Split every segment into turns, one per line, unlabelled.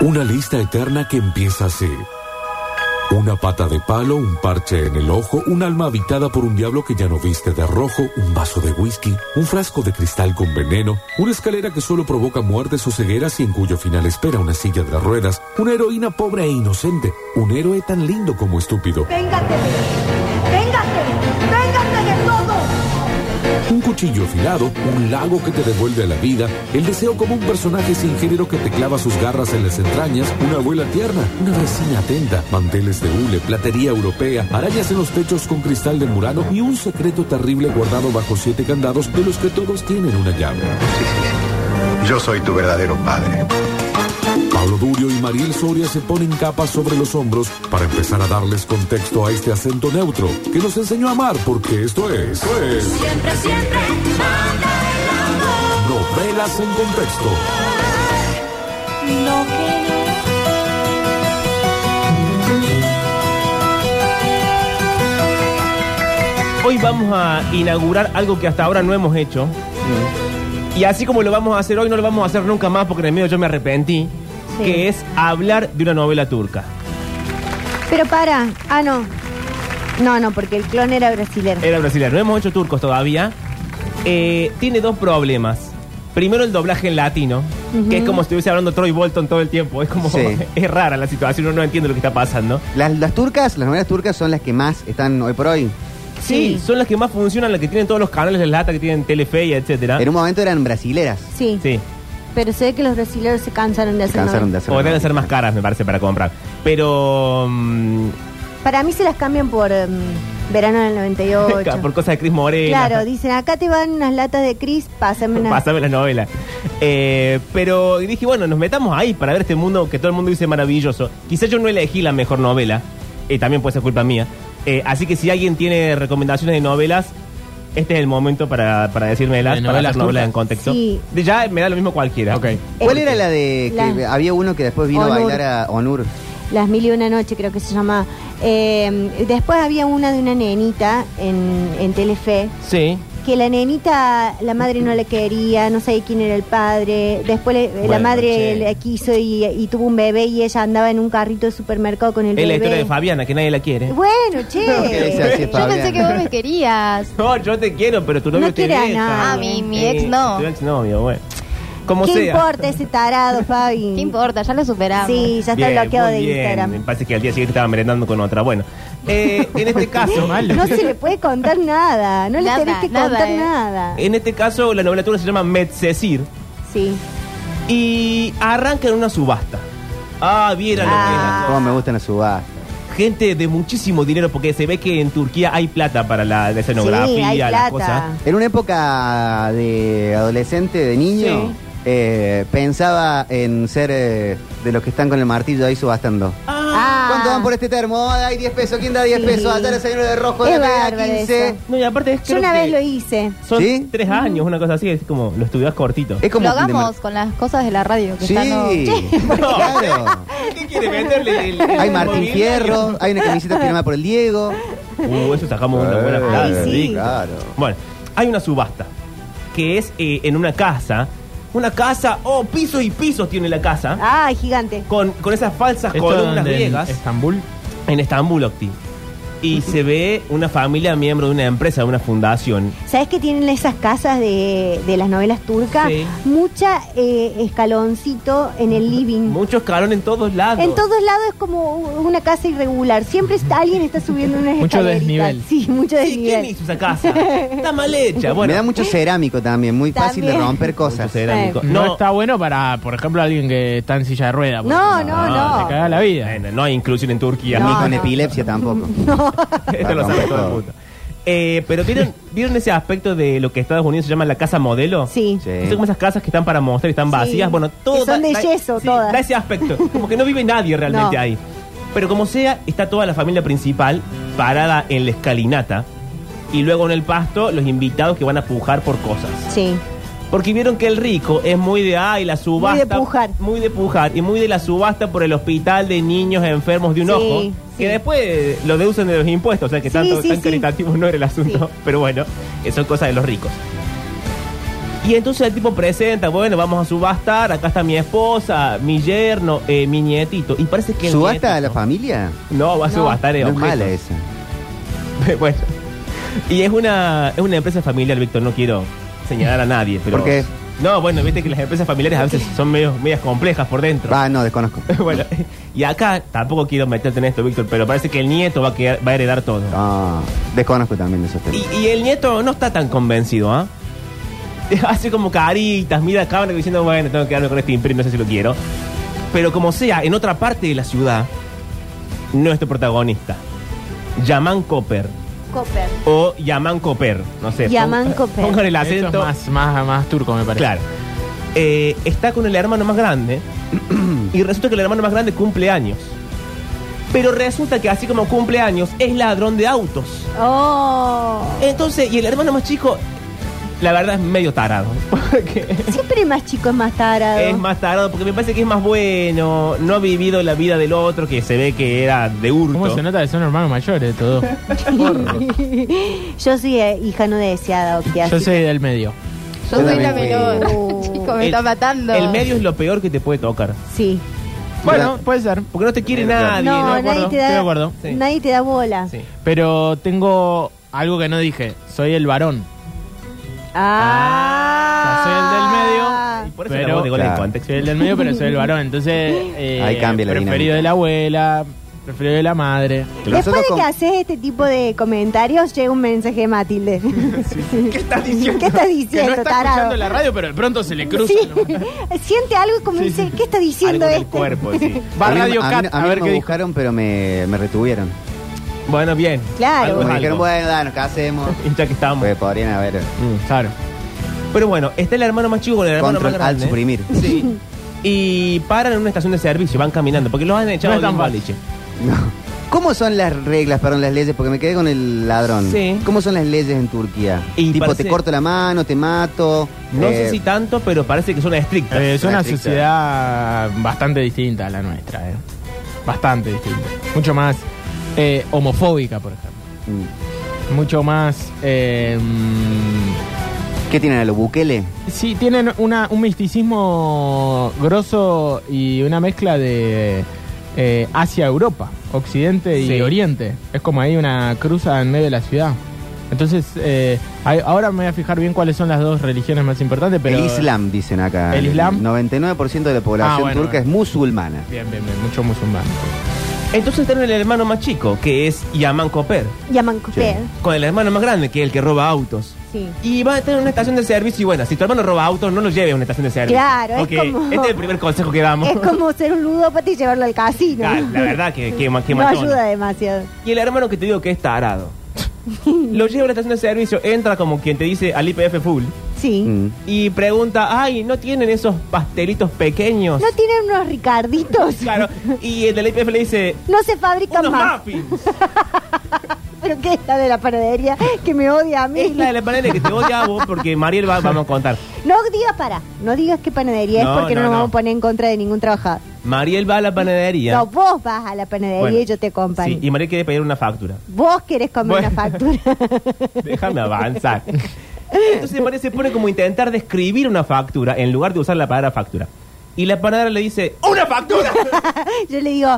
Una lista eterna que empieza así. Una pata de palo, un parche en el ojo, un alma habitada por un diablo que ya no viste de rojo, un vaso de whisky, un frasco de cristal con veneno, una escalera que solo provoca muertes o cegueras y en cuyo final espera una silla de ruedas, una heroína pobre e inocente, un héroe tan lindo como estúpido.
Véngate, véngate, véngate de todo.
Un cuchillo afilado, un lago que te devuelve a la vida, el deseo como un personaje sin género que te clava sus garras en las entrañas, una abuela tierna, una vecina atenta, manteles de hule, platería europea, arañas en los techos con cristal de murano y un secreto terrible guardado bajo siete candados de los que todos tienen una llave.
Sí, sí, sí. Yo soy tu verdadero padre.
Pablo Durio y Mariel Soria se ponen capas sobre los hombros para empezar a darles contexto a este acento neutro que nos enseñó a amar porque esto es... esto es
Siempre, siempre, manda el amor.
Novelas en contexto.
Lo que
Hoy vamos a inaugurar algo que hasta ahora no hemos hecho. Y así como lo vamos a hacer hoy, no lo vamos a hacer nunca más porque en el medio yo me arrepentí.
Sí.
Que es hablar de una novela turca.
Pero para, ah, no. No, no, porque el clon era brasilero.
Era brasileño, no hemos hecho turcos todavía. Eh, tiene dos problemas. Primero el doblaje en latino, que es como si estuviese hablando Troy Bolton todo el tiempo. Es como,
Sí.
es rara la situación, uno no entiende lo que está pasando.
Las, las turcas, las novelas turcas son las que más están hoy por hoy.
Sí,
Sí.
son las que más funcionan, las que tienen todos los canales de lata, que tienen Telefe y etcétera.
En un momento eran brasileras.
Sí,
Sí.
pero se ve que los brasileños se cansaron de
Se
hacer
cansaron de
novelas.
hacer.
O deben ser más caras, me parece, para comprar. Pero. mm,
Para mí se las cambian por em, verano del 98.
por cosas de Cris Morena.
Claro, dicen, acá te van unas latas de Cris, pásame una.
Pásame la novela. Eh, pero dije, bueno, nos metamos ahí para ver este mundo que todo el mundo dice maravilloso. Quizás yo no elegí la mejor novela. eh, también puede ser culpa mía. Eh, así que si alguien tiene recomendaciones de novelas, este es el momento para, para decírmelas,
¿De
para
novelas
hacer novelas
turcas?
en contexto.
Sí.
De ya me da lo mismo cualquiera.
Ok.
¿Cuál era la de que
La-
había uno que después vino
Onur.
a bailar a Onur?
Las mil y una noche creo que se llama. Eh, después había una de una nenita en, en Telefe,
Sí.
que la nenita, la madre no la quería, no sabía quién era el padre. Después le- la
Bueno,
madre
che.
la quiso y, y tuvo un bebé y ella andaba en un carrito de supermercado con el
Es la
bebé.
historia de Fabiana, que nadie la quiere.
Bueno, che.
que dice así,
Yo
Fabián.
pensé que vos me querías.
querías.
No, yo te quiero, pero tu novio
No
te
quiere a
deja.
nadie.
Ah, mi- mi ex no.
Tu ex novio, bueno. Como
¿Qué
sea.
importa ese tarado, Fabi?
¿Qué importa? Ya lo superamos.
Sí, ya está
Bien,
bloqueado
muy
de
bien. Me
Instagram.
parece que al día siguiente estaba merendando con otra. Bueno, eh, en este caso,
No se le puede contar nada, no
Nada,
le tenés que
nada,
contar
eh.
nada.
en este caso la nomenclatura se llama Metzesir
Sí.
y arranca en una subasta. Ah, viera
Ah.
¿Cómo me gustan las subastas?
lo que era. Gente de muchísimo dinero porque se ve que en Turquía hay plata para la
Sí,
escenografía,
hay
las
plata.
cosas.
En una época de adolescente, de niño,
Sí.
eh, pensaba en ser eh, de los que están con el martillo ahí subastando.
Ah.
¿Cuánto dan por este termo? Ah, Hay 10 pesos. ¿Quién da 10
Sí.
pesos? Allá la señora de rojo
Es
de media,
bárbaro
15.
eso.
No, y aparte es
Yo
creo
una
que
vez lo hice.
Son
¿Sí?
tres años, una cosa así, es como lo estudias cortito.
Es como
Lo
de
hagamos con las cosas de la radio.
mar-
Que
Sí.
están, no-
Claro.
¿Qué quiere meterle? el-
Hay
el
Martín
mobiliario?
Fierro, hay una camiseta firmada por el Diego.
Uh, eso sacamos una buena
Eh,
plata.
sí.
Claro.
Bueno, hay una subasta que es eh, en una casa. Una casa, oh, pisos y pisos tiene la casa.
Ah, gigante.
Con, con esas falsas
Esto
columnas
donde en
griegas
Estambul.
en Estambul, Octi. Y se ve una familia miembro de una empresa, de una fundación.
¿Sabes que tienen esas casas de, de las novelas turcas?
Sí.
Mucha eh, escaloncito en el living.
Mucho escalón en todos lados.
En todos lados es como una casa irregular. Siempre está- alguien está subiendo unas
Mucho
escaleritas.
desnivel.
Sí, mucho
Sí, ¿Quién
desnivel.
hizo esa casa? Está mal hecha. Bueno,
Me da mucho cerámico también, muy fácil de
También.
romper
mucho
cosas.
cerámico.
No. está bueno para, por ejemplo, alguien que está en silla de rueda. por
No,
ejemplo.
no, no.
Te caga la vida.
Bueno, no hay inclusión en Turquía.
Ni
No,
con
no.
epilepsia tampoco.
Esto lo sabe todo el mundo. Eh, pero ¿vieron, ¿vieron ese aspecto de lo que Estados Unidos se llama la casa modelo?
Sí.
Sí.
Son como esas casas que están para mostrar y están vacías.
Sí.
Bueno, todo
Que son
da-
de
da-
yeso
sí,
todas.
Da ese aspecto. Como que no vive nadie realmente
No.
ahí. Pero como sea, está toda la familia principal parada en la escalinata. Y luego en el pasto, los invitados que van a pujar por cosas.
Sí.
Porque vieron que el rico es muy de, ay, la subasta.
Muy de pujar.
Muy de pujar. Y muy de la subasta por el hospital de niños enfermos de un
Sí,
ojo. Que
sí.
después eh, lo deducen de los impuestos. O sea, que
Sí,
tanto,
sí,
tan
sí.
caritativo no era el asunto.
Sí.
Pero bueno, eh, son cosas de los ricos. Y entonces el tipo presenta, bueno, vamos a subastar, acá está mi esposa, mi yerno, eh, mi nietito. Y parece que... el
¿Subasta a la
nietito-
familia?
No, va a
No,
subastar eh,
No es
objetos.
mala esa.
bueno. Y es una, es una empresa familiar, Víctor, no quiero señalar a nadie, pero...
¿Por qué?
No, bueno, viste que las empresas familiares a veces son medio, medias complejas por dentro.
Ah, no, desconozco.
bueno, y acá tampoco quiero meterte en esto, Víctor, pero parece que el nieto va a, quedar- va a heredar todo.
Ah, desconozco también de esos temas.
Y, y el nieto no está tan convencido, ¿ah? Hace como caritas, mira a cámara diciendo, bueno, tengo que quedarme con este imperio, no sé si lo quiero. Pero como sea, en otra parte de la ciudad, nuestro protagonista, Yaman Copper,
Copper.
o Yaman Copper, no sé.
Yaman
pon-
Copper.
Pongan el
Esto es
acento.
más, más, más turco, me parece.
Claro. Eh, está con el hermano más grande y resulta que el hermano más grande cumple años. Pero resulta que así como cumple años, es ladrón de autos.
Oh.
Entonces, y el hermano más chico, la verdad es medio tarado. Porque
Siempre el más chico es más tarado.
es más tarado, porque me parece que es más bueno, no ha vivido la vida del otro, que se ve que era de
¿Cómo
hurto.
se nota que son hermanos mayores todos?
Yo soy eh, hija no deseada, Octi,
Yo
así
soy del medio.
Yo soy la
Claramente.
menor.
Oh.
Chico, me está matando.
el medio es lo peor que te puede tocar.
Sí.
Bueno, puede ser.
Porque no te quiere
Claro.
nadie.
no,
¿no?
nadie te
de acuerdo, estoy de
da.
acuerdo.
Sí.
Nadie te da bola.
Sí.
Pero tengo algo que no dije. Soy el varón.
Ah.
Ah,
Y por eso la
Pero-
voz de gol en
Claro.
contexto.
Soy el del medio, pero soy el varón. Entonces, eh,
Ahí cambia la dinámica.
preferido de la abuela, preferido de la madre.
Después
Nosotros
de
con-
que haces este tipo de comentarios, llega un mensaje de Matilde.
¿Qué estás diciendo?
¿Qué estás diciendo,
Que no está
tarado?
escuchando la radio, pero de pronto se le cruza.
Sí.
¿no?
Siente algo como
Sí,
dice,
sí.
¿qué está
Algo
diciendo
en el
este?
cuerpo, sí.
Va
a mí,
Radio
a mí-
Cat
a
a,
mí
ver
me
qué dijo.
buscaron, pero me, me retuvieron.
Bueno, bien.
Claro.
Algo es
Me
Bueno,
dijeron,
algo.
bueno, danos, ¿qué hacemos?
Y Ya que estábamos.
Pues podrían haber
Mm, claro.
Pero bueno, está el hermano más chico con el hermano
control
más
al
grande. ¿eh?
suprimir.
Sí. Y paran en una estación de servicio, van caminando, porque los han echado
No es
de
tan
un
fácil.
boliche.
No. ¿Cómo son las reglas, perdón, las leyes? Porque me quedé con el ladrón.
Sí.
¿Cómo son las leyes en Turquía?
Y
tipo,
parece-
te corto la mano, te mato.
No
eh,
sé si tanto, pero parece que son estrictas.
Eh, es una
estricta.
sociedad bastante distinta a la nuestra. eh. Bastante distinta. Mucho más eh, homofóbica, por ejemplo.
mm.
Mucho más... eh, mm,
¿Qué tienen a los buqueles?
sí, tienen una- un misticismo grosso y una mezcla de eh, Asia-Europa, Occidente y
Sí.
Oriente. Es como ahí una cruza en medio de la ciudad. Entonces, eh, hay- ahora me voy a fijar bien cuáles son las dos religiones más importantes, pero...
el Islam, dicen acá.
¿El Islam?
99% de la población
Ah, bueno,
turca es
bueno.
musulmana.
Bien, bien, bien, mucho musulmán.
Entonces tienen el hermano más chico, que es Yaman Koper,
Llaman copper.
con el hermano más grande, que es el que roba autos.
Sí.
Y va a estar en una estación de servicio y bueno, si tu hermano roba autos, no lo lleve a una estación de servicio.
Claro, es
Ok,
como-
Este es el primer consejo que damos.
Es como ser un ludópata y llevarlo al casino.
Ah, la verdad que, que, ma- que
no
matón.
ayuda demasiado.
Y el hermano que te digo que es tarado. lo lleva a la estación de servicio, entra como quien te dice al IPF full.
Sí.
Mm.
y pregunta, ay, ¿no tienen esos pastelitos pequeños?
¿No tienen unos ricarditos?
Claro, y el del IPF le dice,
No se fabrican
unos
más.
muffins.
¿Pero qué es la de la panadería que me odia a mí?
Es la de la panela que te odia a vos porque Mariel va, vamos a contar.
No digas para, no digas qué panadería
No,
es porque no,
no,
nos
no.
vamos a poner en contra de ningún trabajador.
Mariel va a la panadería.
No, vos vas a la panadería
Bueno,
y yo te acompaño.
Sí, y Mariel quiere pedir una factura.
Vos querés comer
Bueno.
una factura.
Déjame avanzar. Entonces Mariel se pone como a intentar describir una factura en lugar de usar la palabra factura. Y la panadera le dice, ¡Una factura!
yo le digo,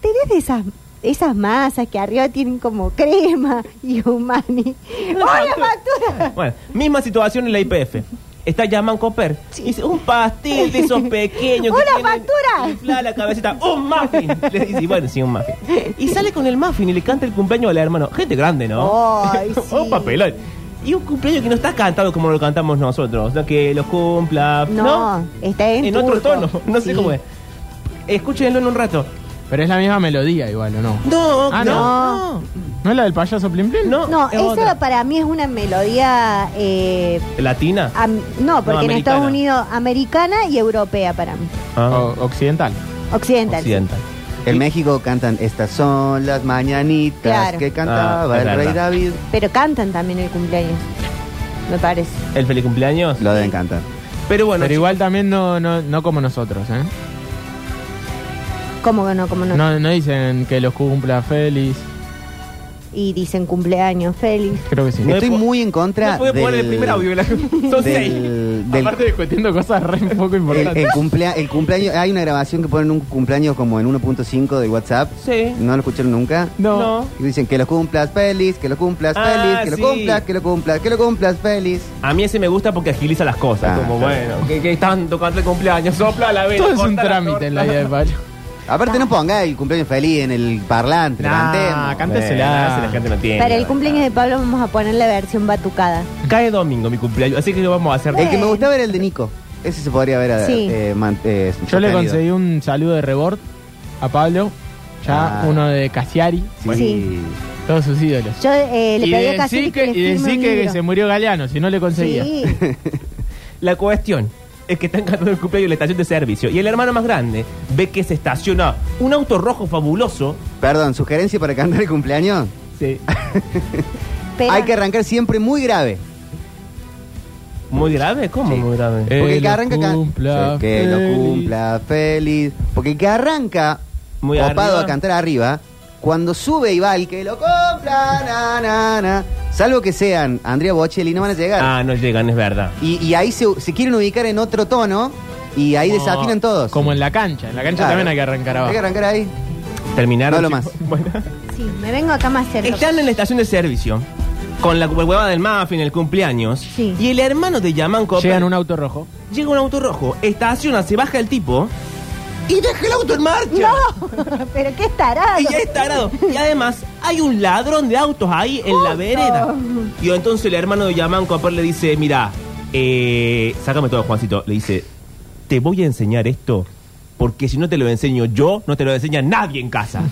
¿tenés de esas, esas masas que arriba tienen como crema y humani? ¡Hola, factura!
Bueno, misma situación en la IPF. Está Yaman Copper. Y Dice, un pastel de esos pequeños.
¡Una
tienen-
factura!
Infla la cabecita. ¡Un muffin! Le dice, y bueno, sí, un muffin. Y sale con el muffin y le canta el cumpleaños al hermano. Gente grande, ¿no?
Ay, sí.
un papelón. Y un cumpleaños que no está cantado como lo cantamos nosotros. No que lo cumpla.
No, está en,
En otro
turco.
tono. No sé
Sí.
cómo es. Escúchenlo en un rato.
Pero es la misma melodía igual, ¿o no?
No,
Ah,
no.
no. ¿No es la del payaso Plim Plim?
No,
No,
es
esa
otra.
para mí es una melodía. eh,
¿Latina?
am- no, porque en
americana.
Estados Unidos, americana y europea para mí.
Ah,
Oh.
O- occidental.
Occidental.
occidental.
En México cantan Estas son las mañanitas
Claro.
que cantaba
Ah, es
el rey
verdad.
David.
Pero cantan también el cumpleaños. Me parece.
El feliz cumpleaños.
Lo deben cantar.
Pero bueno,
Pero igual también no, no, no como nosotros, ¿eh?
¿Cómo que no? ¿Cómo no?
No, no dicen que los cumpla feliz.
y dicen cumpleaños feliz.
Creo que sí.
No
Estoy
po-
muy en contra
No pude poner el
del-
primer audio, la- son seis.
del, del-
Aparte discutiendo cosas re poco
el, el
importantes.
cumplea- el cumpleaños, hay una grabación que ponen un cumpleaños como en 1.5 de WhatsApp.
Sí.
No lo escucharon nunca.
No.
Y dicen que lo cumplas feliz, que lo cumplas
Ah,
feliz, que
sí.
lo cumplas, que lo cumplas, que lo cumplas feliz.
A mí ese me gusta porque agiliza las cosas.
Ah,
como
claro.
bueno, que, que están tocando el cumpleaños, sopla la vela.
Todo es un
corta la
trámite en la
torta.
vida de Pablo.
Aparte no ponga el cumpleaños feliz en el parlante.
Nah,
levantemos.
canta- Cántesela.
Bueno, si la gente no tiene.
Para el cumpleaños de Pablo vamos a poner la versión batucada.
Cae domingo mi cumpleaños, así que lo vamos a hacer.
Eh.
El Eh, que me gustaba era el de Nico. Ese se podría ver. a-
Sí.
eh, man- eh,
Yo le
sostenido.
conseguí un saludo de rebord a Pablo, ya
Ah.
uno de Cassiari,
Sí.
Sí.
todos sus ídolos.
Yo eh, le
y
pedí a
decí
Cassidy
que,
que, le
y decí
firme un
que
libro.
se murió Galeano, si no le conseguía.
Sí,
La cuestión es que están cantando el cumpleaños en la estación de servicio y el hermano más grande ve que se estaciona un auto rojo fabuloso.
Perdón, sugerencia para cantar el cumpleaños.
Sí.
pero-
Hay que arrancar siempre muy grave.
Muy grave, ¿cómo? Muy grave.
Porque
Eh,
el que
lo
arranca acá-
cumpla
Sí, que lo
feliz.
cumpla feliz. Porque el que arranca
Muy
copado
arriba.
a cantar arriba, cuando sube y va el que lo cumpla, na, na, na, salvo que sean Andrea Bocelli, no van a llegar.
Ah, no llegan, es verdad.
Y, y ahí se, se quieren ubicar en otro tono y ahí
Como-
desafinan todos.
Como en la cancha, en la cancha
Claro.
también hay que arrancar
Hay que
abajo.
arrancar ahí.
Terminaron.
No hablo
chicos. Bueno.
sí, me vengo acá más cerca.
Están en la estación de servicio con la huevada del muffin, el cumpleaños.
Sí.
Y el hermano de Yaman Copper
Llega en un auto rojo.
llega un auto rojo, estaciona, se baja el tipo y deja el auto en marcha.
pero qué tarado.
Y ya está arado. Y además, hay un ladrón de autos ahí en la vereda. Y entonces el hermano de Yamán Copper le dice, mira, eh, sácame todo, Juancito. Le dice, te voy a enseñar esto, porque si no te lo enseño yo, no te lo enseña nadie en casa.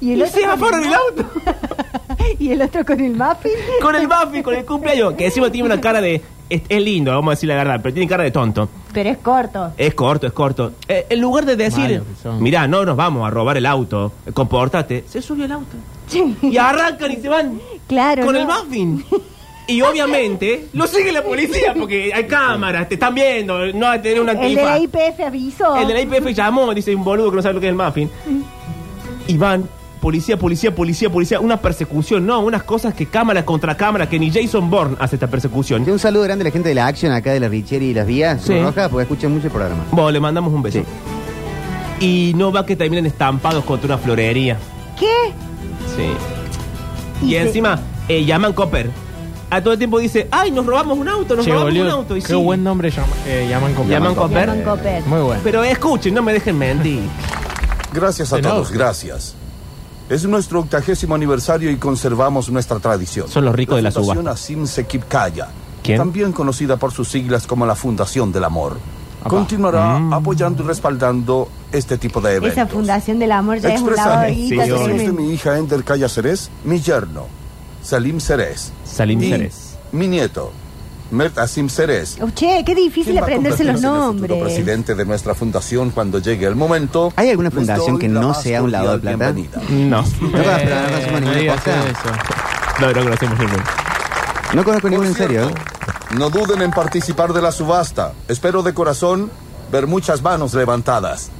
Y
Y
el otro
se
con
bajaron
el
el auto
ma- y el otro con el mapping.
con el Buffy, con el cumpleaños, que encima tiene una cara de... Es, es lindo, vamos a decir la verdad, pero tiene cara de tonto.
Pero es corto.
Es corto, es corto. Eh, en lugar de decir,
Malo que son.
mirá, no nos vamos a robar el auto, comportate, se subió el auto. Y arrancan y se van.
Claro.
con
¿no?
el muffin. Y obviamente lo sigue la policía porque hay cámaras, te están viendo, no va a tener una
El de la
antifa.
IPF avisó.
El de la IPF llamó, dice un boludo que no sabe lo que es el muffin. Y van, policía, policía, policía, policía, una persecución, no, unas cosas que cámara contra cámara, que ni Jason Bourne hace esta
De
persecución.
un saludo grande a la gente de la Action acá de la Richeri y las vías
Sí.
Cruz Roja, porque escuchan mucho el programa.
Bueno, le mandamos un beso. Y no va que terminen estampados contra una florería.
¿Qué?
Sí. Y,
se-
encima, eh, llaman Copper. A todo el tiempo dice, ay, nos robamos un auto, nos
Che,
robamos un
boludo,
auto. Y
qué
sí.
buen nombre llama- eh, llaman como.
Llaman
Llaman
Copper.
Llaman Copper.
Muy bueno.
Pero escuchen, no me dejen mentir.
Gracias a
De
todos,
nada.
gracias. Es nuestro octagésimo aniversario y conservamos nuestra tradición.
Son los ricos de la
Fundación
subasta.
Asim Sekip Kaya,
¿Quién?
también conocida por sus siglas como la Fundación del Amor, continuará
Mm.
apoyando y respaldando este tipo de eventos.
Esa fundación del amor ya es un
Expresan
lavado de
Sí,
guita
yo-
Saludos de
tremendo.
mi hija Ender Kaya Ceres, mi yerno, Salim Ceres.
Salim
y
Ceres.
Mi nieto, Mert Asim Ceres.
Oh, che, qué difícil
quien va a
aprenderse los
convertirse en el futuro
nombres.
presidente de nuestra fundación cuando llegue el momento.
¿Hay alguna
Les
fundación
doy
que
la
no
más
sea un lavado de
cordial
plata?
bienvenida.
No.
No,
Eh,
pero no conocemos
no
ninguna
digas
cosa.
eso.
No, no conocemos ninguno.
No conozco
Por
ninguno en serio.
cierto, No duden en participar de la subasta. Espero de corazón ver muchas manos levantadas.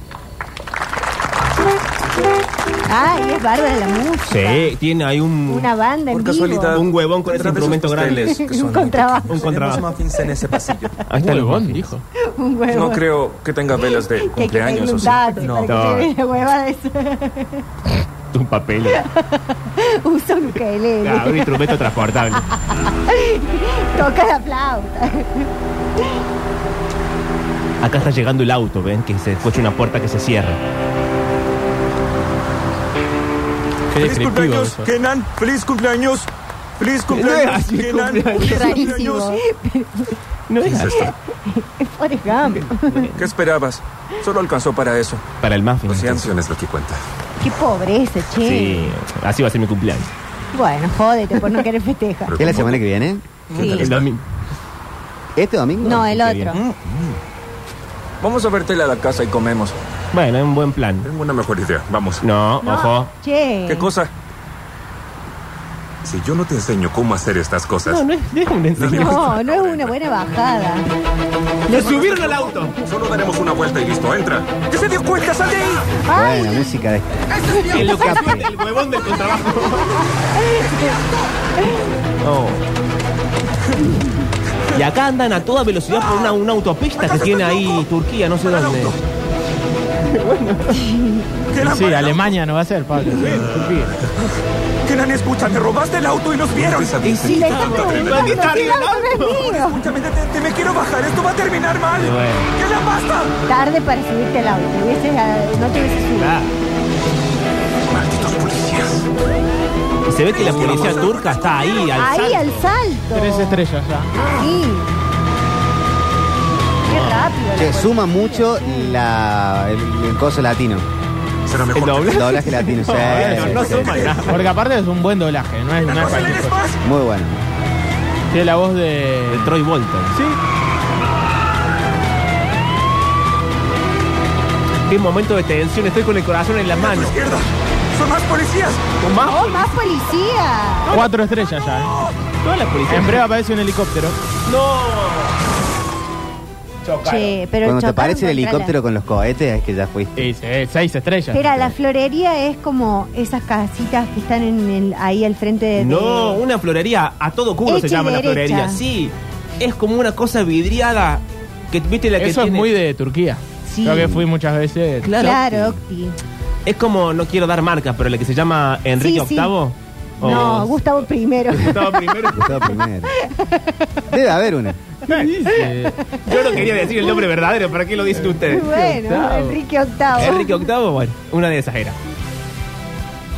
Ay, es bárbara la música.
Sí, tiene ahí un.
Una banda en
Por
vivo.
casualidad.
Un huevón con ese instrumento grande.
Que son
Un contrabajo.
antiquísimos.
Un contrabajo.
Tenemos muffins en ese pasillo.
Ahí está el
Huevón,
muffin.
dijo.
Un huevo.
No creo que tenga velas de
que hay que
cumpleaños
pedirle
o
un
sí.
taxi
No.
para que
No.
lleve la hueva de eso.
Un papel.
Usa un ukelele.
Ah, un instrumento transportable.
Toca la flauta.
Acá está llegando el auto, ven, que se escucha una puerta que se cierra.
Qué
Feliz
descriptivo
cumpleaños,
eso.
Kenan. Feliz cumpleaños. Feliz cumpleaños,
así el
Kenan.
cumpleaños.
Feliz
Rarísimo.
cumpleaños.
No es así.
Es Forrest Gump.
¿Qué esperabas? Solo alcanzó para eso.
Para el muffin.
Lo siento.
Atención es lo que cuenta.
Qué pobreza, che.
Sí, así va a ser mi cumpleaños.
Bueno, jódete por no querer festejar.
¿Qué es la semana que viene?
Sí.
El domingo.
¿Este domingo?
No, el
Qué
otro.
Vamos a verte a la casa y comemos.
Bueno, es un buen plan.
Tengo una mejor idea. Vamos.
No,
No,
ojo.
Che.
¿Qué cosa?
Si yo no te enseño cómo hacer estas cosas.
No, no es, no es un ensayo.
No, no es una buena bajada.
¡Le subieron al auto!
Solo daremos una vuelta y listo, entra.
¡Que se dio cuenta, sal de ahí!
Buena música de. este.
En lo que suena el huevón del contrabajo. No. Y acá andan a toda velocidad por una, una autopista que tiene ahí Turquía, no sé dónde.
Sí, Alemania no va a ser, Pablo.
Kenan, escucha, te robaste el auto y nos vieron.
Sabía que
Le están preguntando
está
si el
bien
auto no es mío.
Escúchame, detente, me quiero bajar, esto va a terminar mal.
Y bueno.
Kenan, basta!
Tarde para subirte el auto. Hubiese, eh, no te hubiese subido.
malditos policías.
Y se ve que la policía turca está ahí, al
Ahí
salto.
al salto.
Tres estrellas ya.
Sí. Qué rápido. la
Che,
cosa.
suma mucho la, el, el coso latino.
Será
El
mejor.
doble.
El doblaje latino. sí,
bueno,
sí,
no
sí.
suma nada.
Porque aparte es un buen doblaje, no es, no es cualquier cosa.
Muy bueno.
Tiene la voz de.
De Troy Bolton.
Sí.
Qué momento de tensión, estoy con el corazón en las manos.
Izquierda, son más policías.
Con más
Oh, más policía.
Cuatro estrellas ya, ¿eh?
todas las policías.
En breve aparece un helicóptero.
No.
Che, pero
Cuando te
chocaron
aparece el
contra la-
helicóptero con los cohetes, es que ya fuiste.
Y se- seis estrellas.
Espera, la florería es como esas casitas que están en el- ahí al frente de.
No,
de-
una florería a todo culo
Hecha
se
y
llama la
derecha.
florería. Sí, es como una cosa vidriada que viste la que
Eso es
tiene-
muy de Turquía.
Sí.
Creo que fui muchas veces.
claro.
Claro, Octi.
Es como no quiero dar marcas, pero la que se llama Enrique
Sí, sí.
VIII. o- Oh.
No, Gustavo primero.
Gustavo primero.
Gustavo primero. Debe haber una.
Dice.
Yo no quería decir el nombre verdadero, ¿para qué lo dicen ustedes?
bueno,
Octavo.
Enrique Octavo.
Enrique VIII, bueno, una de esas era.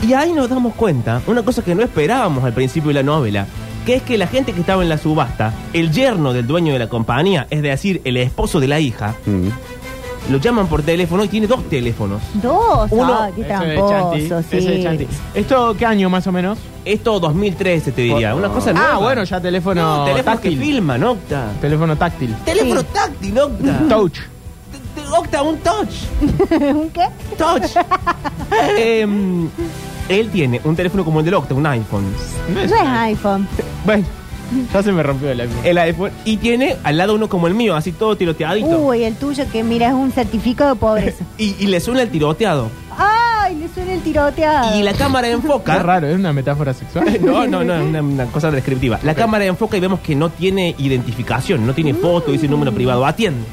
Y ahí nos damos cuenta, una cosa que no esperábamos al principio de la novela, que es que la gente que estaba en la subasta, el yerno del dueño de la compañía, es decir, el esposo de la hija,
Mm.
lo llaman por teléfono y tiene dos teléfonos.
Dos.
Uno.
Ah, qué
Ese de
tramposo,
Chanti,
sí.
ese de Chanti. ¿Esto qué año más o menos?
Esto 2013 te diría, una cosa nueva.
Ah, bueno, ya teléfono
No, teléfono
táctil.
que filma, Nocta.
Teléfono táctil.
Teléfono táctil, Nocta.
Touch.
Te- te- Octa, un touch.
¿Un qué?
Touch. Em, él tiene un teléfono como el del Octa, un iPhone.
No es-
No es iPhone.
Bueno, ya se me rompió el iPhone.
El iPhone. Y tiene al lado uno como el mío, así todo tiroteadito.
Uh.
Uy, el tuyo que mira es un certificado de pobreza.
Y, y le suena el tiroteado.
Ay, le suena el tiroteado.
Y la cámara enfoca.
Ah. Qué raro, es una metáfora sexual.
No, no, no, es una, una cosa descriptiva. La cámara enfoca y vemos que no tiene identificación, no tiene foto, dice número privado. Atiende.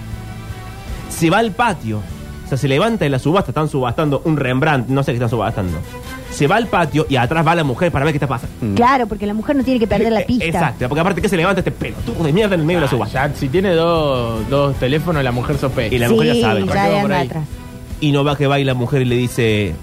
Se va al patio. O sea, se levanta de la subasta, están subastando un Rembrandt, no sé qué están subastando. Se va al patio y atrás va la mujer para ver qué está pasando. Eh,
Claro, porque la mujer no tiene que perder la pista.
Exacto, porque aparte que se levanta este pelotudo de mierda en el medio de la subasta.
Ah, Ya, si tiene dos, dos teléfonos, la mujer sospecha.
Y la
sí,
mujer ya sabe.
¿para qué va
de
por
anda
ahí?
atrás.
Y no va que va y la mujer y le dice,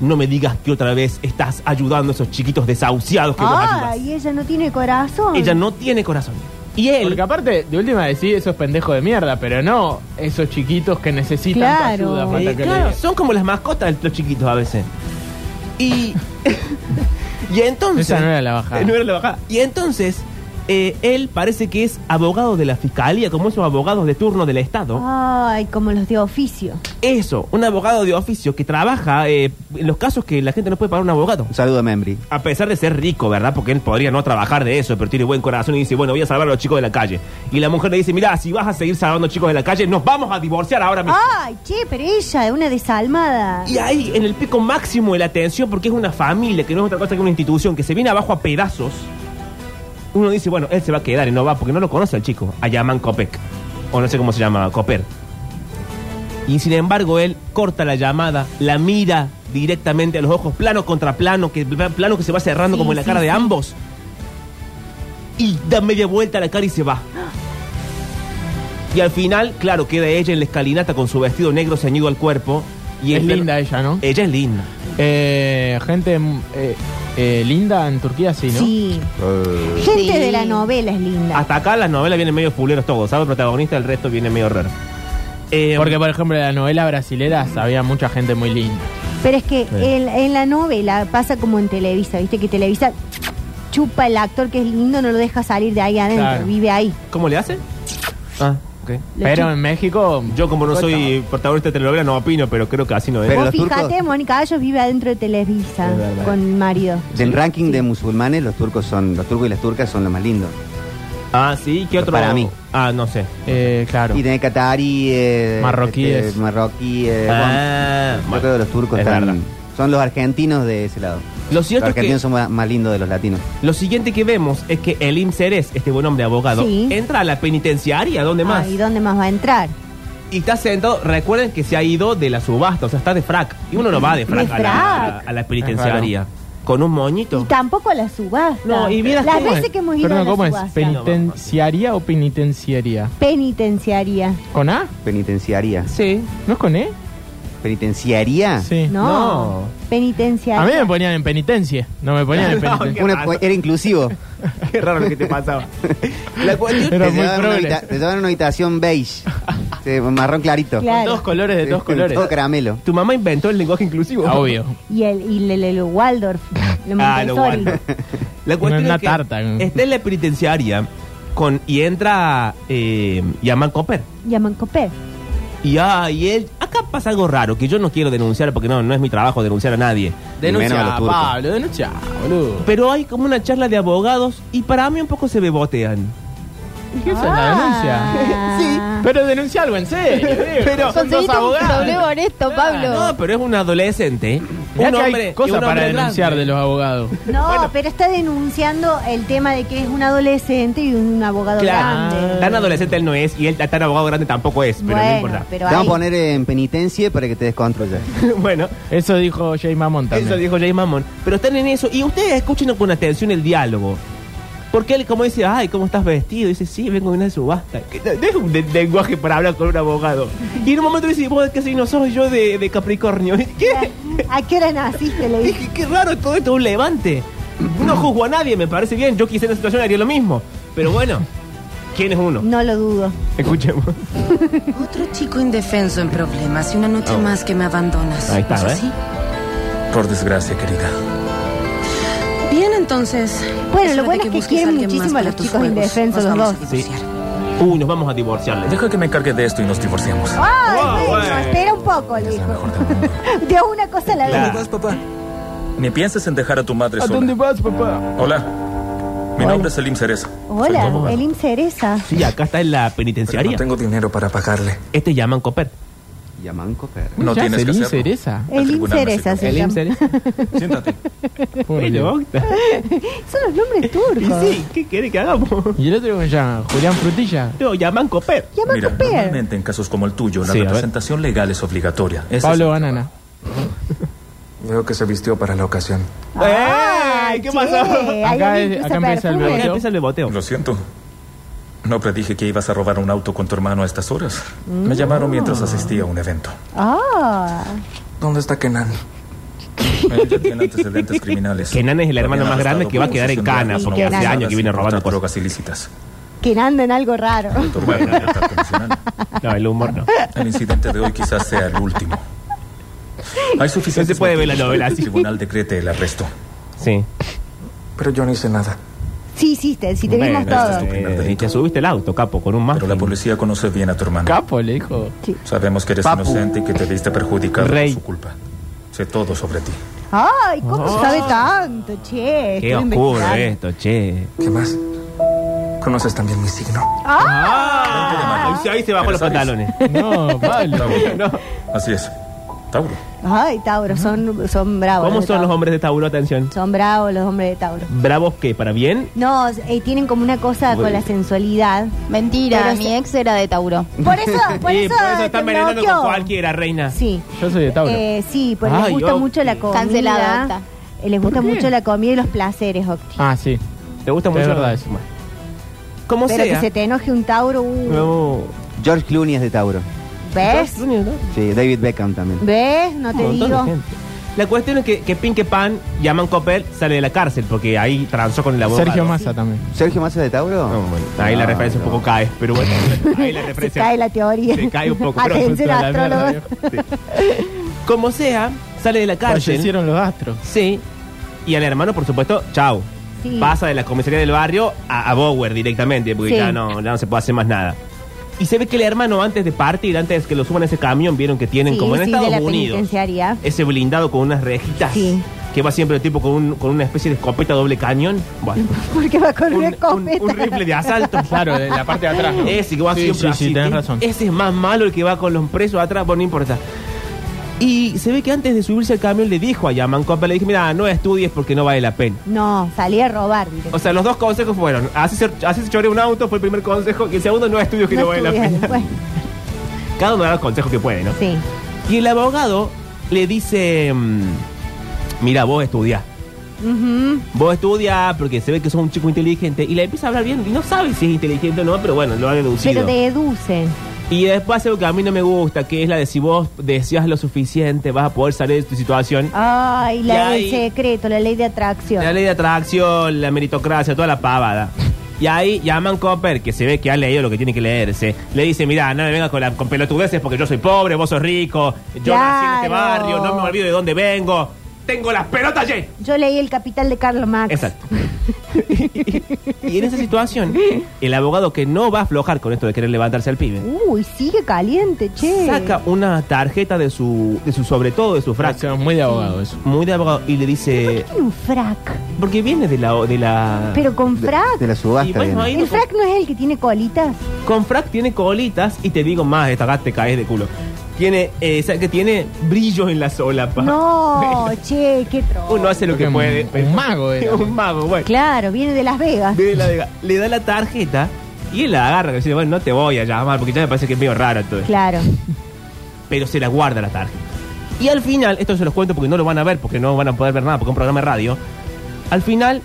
no me digas que otra vez estás ayudando a esos chiquitos desahuciados que vos
Ah,
ayudas.
y ella no tiene corazón.
Ella no tiene corazón. Y él...
Porque aparte, de última decís esos pendejos de mierda, pero no esos chiquitos que necesitan tu
Claro.
ayuda. falta
Eh,
que
claro,
le digas.
son como las mascotas de los chiquitos a veces. Y. y entonces.
Esa no era la bajada.
Eh, no era la bajada. Y entonces, eh, él parece que es abogado de la fiscalía, como esos abogados de turno del Estado.
Ah. Ay, como los de oficio.
Eso, un abogado de oficio que trabaja eh, en los casos que la gente no puede pagar un abogado.
Un saludo a Membri.
A pesar de ser rico, ¿verdad? Porque él podría no trabajar de eso, pero tiene buen corazón y dice, bueno, voy a salvar a los chicos de la calle. Y la mujer le dice, mira, si vas a seguir salvando chicos de la calle, nos vamos a divorciar ahora mismo.
Ay, che, pero ella es una desalmada.
Y ahí, en el pico máximo de la tensión, porque es una familia, que no es otra cosa que una institución, que se viene abajo a pedazos, uno dice, bueno, él se va a quedar y no va, porque no lo conoce al chico, a Yaman Copec, o no sé cómo se llama, Coper. Y sin embargo, él corta la llamada, la mira directamente a los ojos, plano contra plano, que, plano que se va
Sí,
cerrando como en la
sí,
cara de
sí.
ambos, y da media vuelta a la cara y se va. Y al final, claro, queda ella en la escalinata con su vestido negro ceñido al cuerpo. Y
es
en pleno-
linda ella, ¿no?
ella es linda.
Eh, gente mm, eh, eh, linda en Turquía, sí, ¿no?
Sí. Gente de la novela es linda.
Hasta acá las novelas vienen medio fuleros todos, ¿sabes? El protagonista, el resto viene medio raro. Eh,
Porque, por ejemplo, en la novela brasilera había mucha gente muy linda.
Pero es que en, en la novela pasa como en Televisa, ¿viste? Que Televisa chupa el actor que es lindo, no lo deja salir de ahí adentro,
Claro.
vive ahí.
¿Cómo le hace? Ah, Ok.
Pero en México,
Yo como no soy protagonista de telenovela no opino, pero creo que así no es.
Pero
Vos
los turcos-
fijate, Mónica Gallos vive adentro de Televisa
Es verdad.
con el marido.
Del ranking de musulmanes, los turcos son, los turcos y las turcas son los más lindos.
Ah, sí, ¿qué otro?
Para mí.
Ah, no sé.
eh, claro.
Y tenés cataríes,
Marroquíes.
este, marroquíes.
Ah,
bueno, yo
bueno,
creo que los turcos
es
están-
verdad.
son los argentinos de ese lado.
Lo
Los
cierto es que
argentinos son más, más lindos de los latinos.
lo siguiente que vemos es que el Ceres, este buen hombre abogado,
Sí.
entra a la penitenciaria, ¿dónde
Ah,
más?
¿Y dónde más va a entrar?
Y está sentado, recuerden que se ha ido de la subasta, o sea, está de frac. Y uno no va de frac,
De
a, la,
frac.
a la penitenciaria. Con un moñito.
Y tampoco la subasta.
No, y vieras
Las
cómo
veces
es.
que hemos ido
Perdón,
a la
¿cómo es?
subasta.
¿Penitenciaría o penitenciaría?
Penitenciaría.
¿Con A?
Penitenciaría.
Sí.
¿No es con E?
¿Penitenciaría?
Sí.
No.
No.
Penitenciaria.
A mí me ponían en penitencia. No me ponían en
No,
penitencia.
Una-
raro.
era inclusivo.
Qué raro lo que te pasaba. La cuestión
Era
te,
muy
llevaban una
progre.
habita- te llevaban una habitación beige, Sí, marrón clarito.
Claro.
Dos colores de dos
Sí, Todo
colores.
caramelo.
Tu mamá inventó el lenguaje inclusivo.
Ah, Obvio.
Y el, y el, el- el Waldorf. lo
Ah, lo
Montessori.
bueno. La cuestión
Una
es que
tarta.
está en la penitenciaria con, y entra eh, Yaman Copper.
Llaman Copé.
Y, ah, y él, acá pasa algo raro que yo no quiero denunciar porque no, no es mi trabajo denunciar a nadie.
Menos a los
Denuncia,
turcos.
Pablo, denuncia, boludo.
Pero hay como una charla de abogados y para mí un poco se bebotean.
¿Qué es la denuncia?
Ah.
Pero denuncia algo en serio.
Pero-
Pero son dos
Conseguiste un probleo
abogados.
honesto, Pablo.
No, pero es un adolescente.
Mirá
un
que
hombre,
hay cosas
un hombre
para denunciar
grande.
de los abogados.
No, pero está denunciando el tema de que es un adolescente y un abogado
Claro.
grande.
Tan adolescente él no es y él tan abogado grande tampoco es, pero no
Bueno,
importa.
pero
Te vamos
ahí-
a poner en penitencia para que te desconstruyas.
bueno,
Eso dijo Jay Mamón también.
Eso dijo Jay Mamón. Pero están en eso. Y ustedes escuchen con atención el diálogo. Porque él como dice, ay, ¿cómo estás vestido? dice, sí, vengo de una subasta. Que no- no es un de- lenguaje para hablar con un abogado. Y en un momento dice, ¿vos de qué signo sos? Yo de, de Capricornio. ¿Qué?
¿A qué hora naciste? Le dije.
Dije, qué raro todo esto, un levante. No juzgo a nadie, me parece bien. Yo quise en la situación haría lo mismo. Pero bueno, ¿quién es uno?
No lo dudo.
Escuchemos.
Otro chico indefenso en problemas y una noche
Oh.
más que me abandonas.
Ahí está,
¿No es
¿eh?
así?
Por desgracia, querida.
Bien, entonces.
Bueno,
es
lo
hora
bueno
de
es que
busques
quieren
alguien más
muchísimo a
para
los
tus
chicos
juegos. Nos
indefensos los
vamos
dos.
a divorciar.
Uy, nos vamos a divorciarles.
Deja que me encargue de esto y nos divorciamos.
Ay,
Wow,
bueno,
bueno.
espera un poco, le
Es la mejor del
dijo.
mundo.
De una cosa a la
¿Dónde
vez.
vas, papá? Ni pienses en dejar a tu madre
¿A
sola.
dónde vas, papá?
Hola. Mi
Hola.
nombre es Elim Cerezo.
Hola,
¿Cómo va?
el Cereza.
Sí, acá está en la
Pero no
penitenciaría.
tengo dinero para pagarle.
Este llaman Copet.
Yamanco, pero.
No
Ya,
tienes que
Celín
hacerlo.
Cereza.
El
El
tribunal me
Cereza se
El
llama.
IMSS.
Siéntate.
Por
Bueno,
Dios.
Octa.
Son los nombres
Y
turcos.
sí, ¿qué quiere que hagamos?
Y el otro cómo se llama, Julián Frutilla.
No, llaman Copet.
Llaman
Mira,
Copé.
normalmente en casos como el tuyo, la
Sí, a ver.
representación legal es obligatoria. Ese
Pablo
es-
Banana.
Veo que se vistió para la ocasión.
¡Ey! Eh, ¿Qué pasó?
Acá
Acá,
es- acá empieza el
Acá
bebé.
empieza el beboteo.
Lo siento. No predije que ibas a robar un auto con tu hermano a estas horas. Me
Mm.
llamaron mientras asistía a un evento.
Ah,
¿Dónde está Kenan?
Ella Eh, tiene antecedentes criminales.
Kenan es el hermano
Habían
más grande
arrestado
que va a
por
quedar en
posesión de
cana,
armas
porque
hace
organizadas
años que viene
y portar
robando cosas.
drogas ilícitas.
que anda en algo raro.
Otorgaron libertad condicional.
No, el humor no.
El incidente de hoy quizás sea el último. Hay suficiente.
No se puede ver la novela así.
El tribunal decrete el arresto.
Sí.
Pero yo no hice nada.
Sí, sí, te, sí, te vimos
Bueno,
todo.
este es tu primer
Eh,
delito.
te subiste el auto, capo, con un más.
Pero la policía conoce bien a tu hermano.
Capo, le dijo.
Sabemos que eres
Papu.
inocente y que te viste perjudicado
Rey.
por su culpa. Sé todo sobre ti.
Ay, ¿cómo sabe tanto, che?
Ah. Qué
Estoy
oscuro
investigando.
esto, che.
¿Qué más? Conoces también mi signo.
eh. ¡Ah! Ahí se bajó
Pero
los
sabes.
pantalones.
No, Pablo.
Tauro. Así es. Tauro.
Ay, Tauro, son, son bravos.
¿Cómo
de
son los
Tauro.
hombres de Tauro? Atención.
Son bravos los hombres de Tauro.
¿Bravos qué? ¿Para bien?
No, eh, tienen como una cosa con la sensualidad.
Mentira,
Pero
mi
se-
ex era de Tauro.
Por eso, por
Sí,
eso,
Eh, por eso
te
están merendando
bloqueó.
con cualquiera, reina.
Sí.
Yo soy de Tauro.
Eh, sí, porque
Ay,
les gusta
Octi.
mucho la comida.
Cancelada, Octa.
Eh, les gusta
¿Por qué?
mucho la comida y los placeres, Octi.
Ah, sí.
¿Te gusta
Es
mucho?
verdad eso.
Bueno. Como
Pero que
sea.
se te enoje un Tauro, uh,
No.
George Clooney es de Tauro.
¿ves?
Estados Unidos, ¿no?
Sí, David Beckham también.
¿Ves? No te
Un montón de
digo.
gente. Ah, La cuestión es que, que Pinque Pan, llaman Copel, sale de la cárcel porque ahí transó con el abogado.
Sergio Massa también.
¿Sergio Massa es de Tauro?
No, bueno, ahí la
No,
referencia un
no.
poco cae, pero bueno, ahí la
Se
referencia.
cae la teoría.
Se cae un poco, pero
Atención,
justo a la mierda,
astrólogos.
Como sea, sale de la cárcel.
Fallecieron los astros.
Sí. Y al hermano, por supuesto, chau.
Sí.
Pasa de la comisaría del barrio a, a Bower directamente, porque
Sí.
ya, no, ya no se puede hacer más nada. Y se ve que el hermano, antes de partir, antes que lo suban a ese camión, vieron que tienen
Sí,
como
sí,
en Estados
de la
Unidos
penitenciaria.
ese blindado con unas rejitas
Sí.
que va siempre el tipo con, un- con una especie de escopeta doble cañón. Bueno,
Porque va con una escopeta.
un rifle de asalto.
Claro, de la parte de atrás. ¿no?
Ese que va
Sí,
siempre
sí, sí,
así.
tenés
E-
razón.
Ese es más malo el que va con los presos atrás, bueno, no importa. Y se ve que antes de subirse al camión le dijo a Yaman Copper, le dije, mira, no estudies porque no vale la pena.
No, salí a robar. directo.
O sea, los dos consejos fueron, así se, así se chorea un auto, fue el primer consejo, y el segundo, no estudies que no,
No
vale la
estudiaron.
pena.
Bueno,
Cada uno da los consejos que puede, ¿no?
sí.
Y el abogado le dice, mm, mira, vos estudiás.
Ujú.
Vos estudiás porque se ve que sos un chico inteligente y le empieza a hablar bien y no sabe si es inteligente o no, pero bueno, lo ha deducido.
Pero deducen.
Y después algo que a mí no me gusta, que es la de si vos deseas lo suficiente, vas a poder salir de tu situación.
Ay, la
Y
del
ahí-
secreto, la ley de atracción.
La ley de atracción, la meritocracia, toda la pavada. Y ahí llaman Copper, que se ve que ha leído lo que tiene que leerse. Le dice, mira, no me vengas con, la, con pelotudeces porque yo soy pobre, vos sos rico, yo nací en este
Claro.
barrio, no me olvido de dónde vengo, tengo las pelotas llenas.
Yo leí El Capital de Carlos Max.
Exacto. y en esa situación, el abogado que no va a aflojar con esto de querer levantarse al pibe,
Uy, sigue caliente, che.
saca una tarjeta de su, de su sobre todo de su frac,
Eso es muy de abogado eso.
muy de abogado, y le dice,
Tiene un frac,
porque viene de la... De la
pero con frac.
De la
Y
subasta.
bueno, ahí-
viene.
¿El frac no es el que tiene colitas?
Con frac tiene colitas y te digo más, esta acá te caes de culo. Tiene, eh, sa- que tiene brillos en la solapa.
No, che, qué tro.
Ah, Uno hace lo que
Porque
puede.
un- un mago era.
un mago, bueno.
Claro, viene de Las Vegas.
Viene la vega, Le da la tarjeta y él la agarra. que Dice, bueno, no te voy a llamar porque ya me parece que es medio raro todo esto.
Claro.
Pero se la guarda la tarjeta. Y al final, esto se los cuento porque no lo van a ver, porque no van a poder ver nada, porque es un programa de radio. Al final,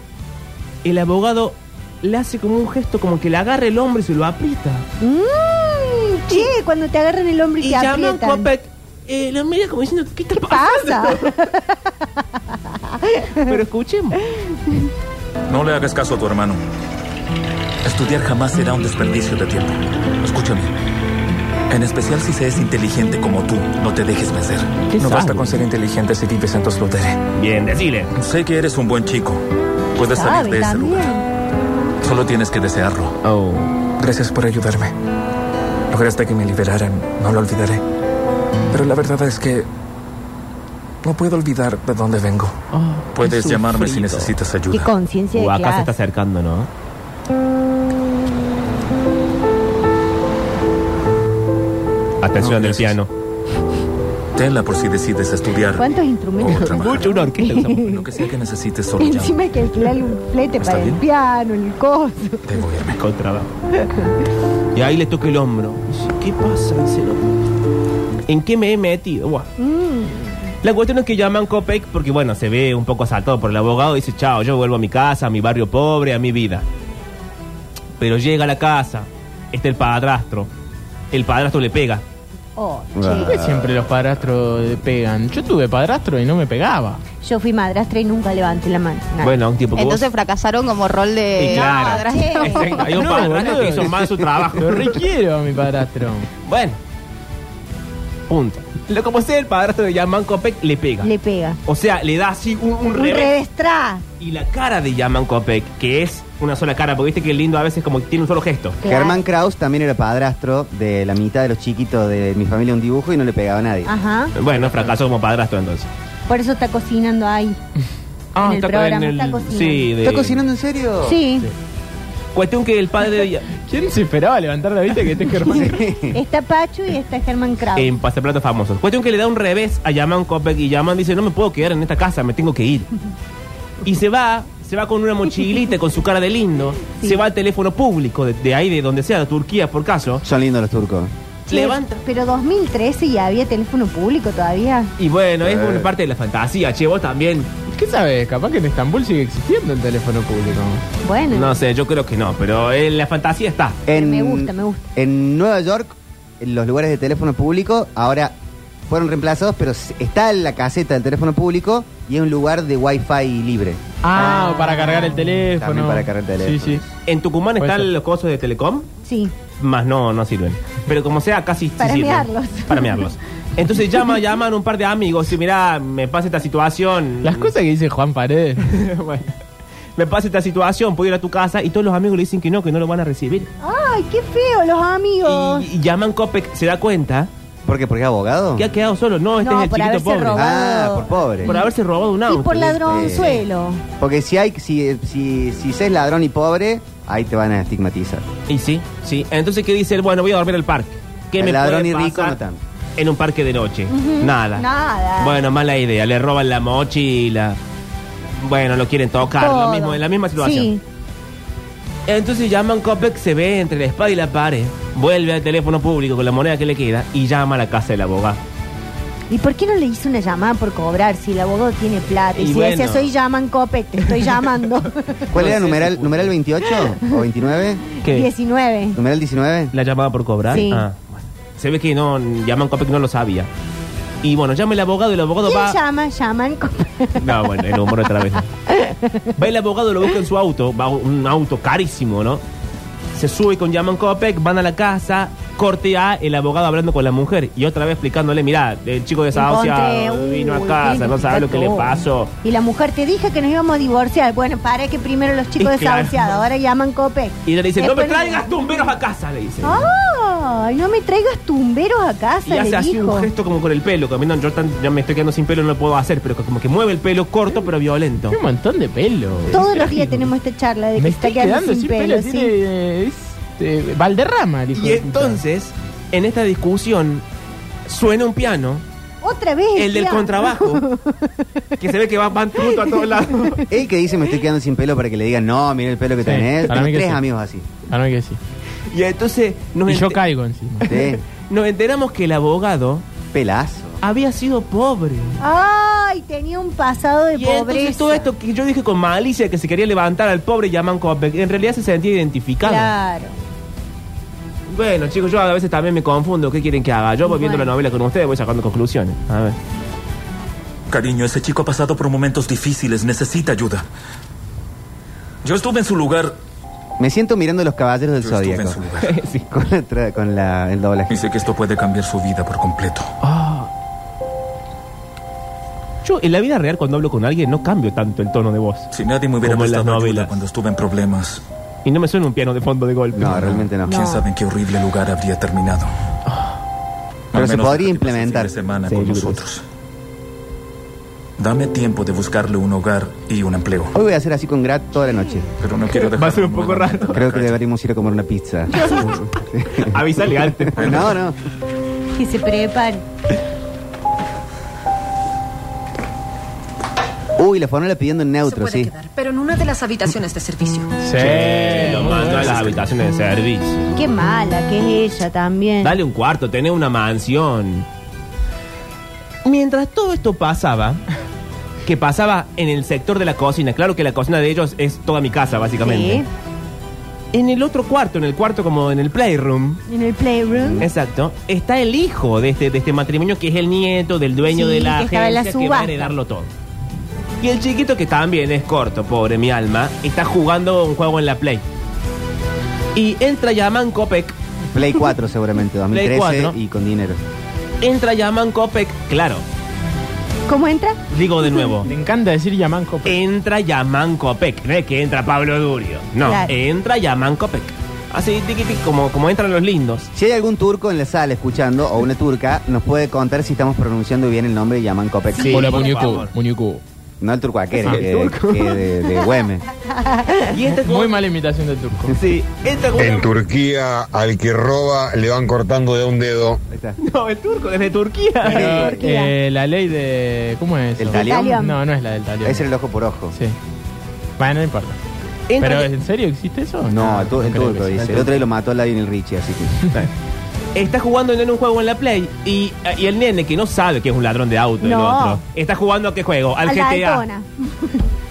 el abogado le hace como un gesto como que le agarra el hombro y se lo aprieta.
Mm, che, cuando te agarran el hombro y,
Y
te
llaman
aprietan.
Copet. Eh, lo mira como diciendo, ¿qué te
¿Qué pasa?
Pero escuchemos.
No le hagas caso a tu hermano. Estudiar jamás será un desperdicio de tiempo. Escúchame. En especial si se es inteligente como tú, no te dejes vencer.
Qué
No basta
sabio.
con ser inteligente si vives en tu flotere.
Bien, decile.
Sé que eres un buen chico. Puedes salir
Sabe
de ese
también.
este lugar. Solo tienes que desearlo.
Oh.
Gracias por ayudarme. Lograste que me liberaran, no lo olvidaré. Pero la verdad es que no puedo olvidar de dónde vengo.
Puedes llamarme si
Oh, sufrido.
necesitas
Qué
ayuda.
conciencia de
O acá se está
clase.
acercando, ¿no? Mm. Atención
No,
del
gracias.
piano.
Tenla por si decides estudiar.
¿Cuántos instrumentos?
Otra. Mucho,
una orquesta.
Lo que sea que necesites, solo llama.
Encima hay que alquilarle un flete
¿Está
para el
bien?
piano, el coso.
Debo irme.
Con trabajo. Y ahí le toca el hombro. Dice, ¿Qué pasa? Dice el hombre. ¿En qué me he metido? Buah. La cuestión es que llaman Copec porque, bueno, se ve un poco asaltado por el abogado. Dice, chao, yo vuelvo a mi casa, a mi barrio pobre, a mi vida. Pero llega a la casa, está el padrastro. El padrastro le pega.
Oh,
Ah.
¿Por qué siempre los padrastros pegan? Yo tuve padrastro y no me pegaba.
yo fui madrastra y nunca levanté la mano. Nada.
Bueno, un tipo que vos-
Entonces fracasaron como rol de...
Sí, claro.
padrastro.
Exacto, Hay un
No,
padrastro
boludo.
que hizo mal su trabajo.
Lo requiero a mi padrastro.
Bueno. Punto. Lo como sea, el padrastro de Yaman Copec le pega.
Le pega.
O sea, le da así un, un
Un
revés.
revés tras.
Y la cara de Yaman Copec, que es una sola cara, porque viste que el lindo a veces como que tiene un solo gesto.
Germán Kraus también era padrastro de la mitad de los chiquitos de mi familia un dibujo y no le pegaba a nadie.
Ajá.
Bueno, fracasó como padrastro entonces.
Por eso está cocinando ahí. En el programa Ah, está cocinando.
Sí, de-
¿Está cocinando en
Oh,
serio?
Sí,
Cuestión que el padre de...
¿Quién se esperaba levantar la vista que esté Germán?
está Pacho y está Germán Kraus.
En Pasaplatos Famosos. Cuestión que le da un revés a Yaman Copec y Yaman dice, no me puedo quedar en esta casa, me tengo que ir. Y se va, se va con una mochilita con su cara de lindo,
Sí.
se va al teléfono público, de, de ahí, de donde sea, de Turquía por caso,
Son lindos los turcos.
Che,
levanta...
Pero 2013 y había teléfono público todavía.
Y bueno, es una parte de la fantasía, che, vos también.
¿Qué sabes? Capaz que en Estambul sigue existiendo el teléfono público.
Bueno.
No sé, yo creo que no, pero eh, la fantasía está.
En,
Me gusta, me gusta.
En Nueva York, en los lugares de teléfono público ahora fueron reemplazados, pero s- está en la caseta del teléfono público y es un lugar de wifi libre.
Ah, para cargar el teléfono.
También para cargar el teléfono.
Sí, sí.
En Tucumán
Puede ser.
están los cosos de Telecom,
Sí.
más no, no sirven. Pero como sea, casi sí
Para
sirven.
mearlos.
Para mearlos. Entonces llama, llaman un par de amigos y mirá, me pasa esta situación.
Las cosas que dice Juan Paredes.
Bueno, me pasa esta situación, puedo ir a tu casa y todos los amigos le dicen que no, que no lo van a recibir.
Ay, qué feo los amigos.
Y llaman Copec, se da cuenta
¿Por qué? ¿Porque es abogado?
que ha quedado solo. No, este
No,
es el
por
chiquito
haberse
pobre.
Ah,
robado.
por pobre.
Por haberse robado un
Y
auto.
por ladronzuelo.
Porque si hay, si, si, si sos ladrón y pobre, ahí te van a estigmatizar.
Y sí, sí. Entonces, ¿qué dice él? Bueno, voy a dormir al parque. ¿Qué
El
me
ladrón
puede
y rico
pasar
no tanto.
En un parque de noche.
Ujú.
Nada.
Nada.
Bueno, mala idea. Le roban la mochila. Bueno, lo quieren tocar. Lo
Todo.
mismo, en la misma situación.
Sí.
Entonces llaman Copec, se ve entre la espada y la pared. Vuelve al teléfono público con la moneda que le queda y llama a la casa del abogado.
¿Y por qué no le hizo una llamada por cobrar si el abogado tiene plata? Y,
Y
si
bueno.
decía, soy llaman Copec, te estoy llamando.
¿Cuál
No
era
sé
numeral,
si-
numeral 28 o 29?
¿Qué?
19.
¿Numeral 19?
¿La llamada por cobrar?
Sí.
Ah, bueno. Se ve que no, llaman Copec no lo sabía. Y bueno, llama el abogado, el abogado
¿Quién
va.
llama? Llaman Copec.
No, bueno, el humor otra vez. Va el abogado, lo busca en su auto, va un auto carísimo, ¿no? Se sube con Yaman Copec, van a la casa, corte A, el abogado hablando con la mujer y otra vez explicándole, mirá, el chico desahuciado
Encontré,
vino a
uy,
casa,
tiene
no sabe lo que le
todo.
pasó.
Y la mujer te dije que nos íbamos a divorciar. Bueno, para que primero los chicos
Y claro.
desahuciados, ahora llaman Copec.
Y ella le dice,
Después-
no me traigas tumberos a casa, le dice.
¡Ay! No me traigas tumberos a
Y
casa,
hace
le
así
dijo.
un gesto como con el pelo, que a mí no, yo tan- ya me estoy quedando sin pelo, no lo puedo hacer, pero como que mueve el pelo corto pero violento.
Tiene un montón de pelo.
Todos los días tenemos esta charla de que
Me
está
estoy
quedando
quedando sin pelo.
sí.
tiene, eh, es, eh, Valderrama, dijo.
Y entonces, en esta discusión, suena un piano,
Otra vez.
el del
ya.
contrabajo, que se ve que va- van juntos a todos lados.
El que dice me estoy quedando sin pelo para que le digan, no, mira el pelo que
Sí,
tenés.
para
Tengo
mí que
tres
sí.
amigos así.
Ah, no, que sí.
Y entonces nos,
Y yo
ente-
caigo encima.
Sí,
nos enteramos que el abogado
pelazo.
había sido pobre.
¡Ay! Tenía un pasado de
Y entonces
pobreza.
todo esto que yo dije con malicia que se quería levantar al pobre Yaman Copec, en realidad se sentía identificado.
Claro.
Bueno, chicos, yo a veces también me confundo. ¿Qué quieren que haga? Yo voy viendo
Bueno.
la novela con ustedes, voy sacando conclusiones. A ver.
Cariño, ese chico ha pasado por momentos difíciles, necesita ayuda. Yo estuve en su lugar.
Me siento mirando los caballeros del
Yo estuve en
zodíaco.
su lugar.
Sí.
Con, la tra- con la- el doblaje.
Y sé que esto puede cambiar su vida por completo.
Ah. Yo en la vida real cuando hablo con alguien no cambio tanto el tono de voz.
Si nadie me hubiera
Como en las
prestado ayuda
novelas.
cuando estuve en problemas,
Y no me suena un piano de fondo de golpe.
No, realmente no.
quién sabe en qué horrible lugar habría terminado.
Ah. Pero
Al menos hasta
se podría
que pase el
implementar.
fin de semana
Sí,
con
yo creo que
nosotros. Dame tiempo de buscarle un hogar y un empleo.
Hoy voy a hacer así con Grat toda la noche.
Pero no quiero dejar.
Va a ser un poco raro.
Creo que deberíamos ir a comer una pizza.
Avísale antes.
No, no.
Que se prepare.
Uy, la fonola pidiendo en
Se
neutro,
puede
sí.
quedar, pero en una de las habitaciones de servicio.
Sí, lo mando a las habitaciones de servicio.
Qué mala que es ella también.
Dale un cuarto, tené una mansión. Mientras todo esto pasaba, que pasaba en el sector de la cocina, claro que la cocina de ellos es toda mi casa, básicamente. En el otro cuarto, en el cuarto como en el playroom,
Sí, En el playroom.
Exacto. Está el hijo de este, de este matrimonio, que es el nieto del dueño
Sí,
de la
que estaba
agencia
en la
que va a
subasta.
heredarlo todo. Y el chiquito, que también es corto, pobre mi alma, está jugando un juego en la Play. Y entra Yaman Copec.
Play 4 seguramente, 2013
4.
y con dinero.
Entra Yaman Copec. Claro,
¿Cómo entra?
digo de nuevo.
Le encanta decir Yamanco.
Entra Yaman Copec. No es que entra Pablo Durio. No,
Claro.
entra Yaman Copec. Así, tiqui, tiqui, como, como entran los lindos.
Si hay algún turco en la sala escuchando, o una turca, nos puede contar si estamos pronunciando bien el nombre de Yaman Copec.
Sí.
Hola,
por
muñeco.
favor.
Muñeco.
No el turco aquel,
Ah,
que,
el turco.
que de, de Güemes.
Y entra como-
Muy mala imitación del turco.
Sí, entra como-
En Turquía, al que roba le van cortando de un dedo.
Ahí está.
No, es turco, desde Turquía.
Pero,
Turquía.
eh, la ley de. ¿Cómo es?
¿El
eso?
talión?
Talión.
No, no es la del talión.
Ahí será el ojo por ojo.
Sí. Bueno, no importa.
Entra
¿Pero
Ya-
en serio existe eso?
No, el, tu- el
Ah, creo que
turco
sí.
dice. El otro día lo mató a Lionel Richie, así que.
Está jugando el nene un juego en la Play y, y el nene que no sabe que es un ladrón de auto el
No.
otro, está jugando a qué juego, al
A la
GTA.
Daytona.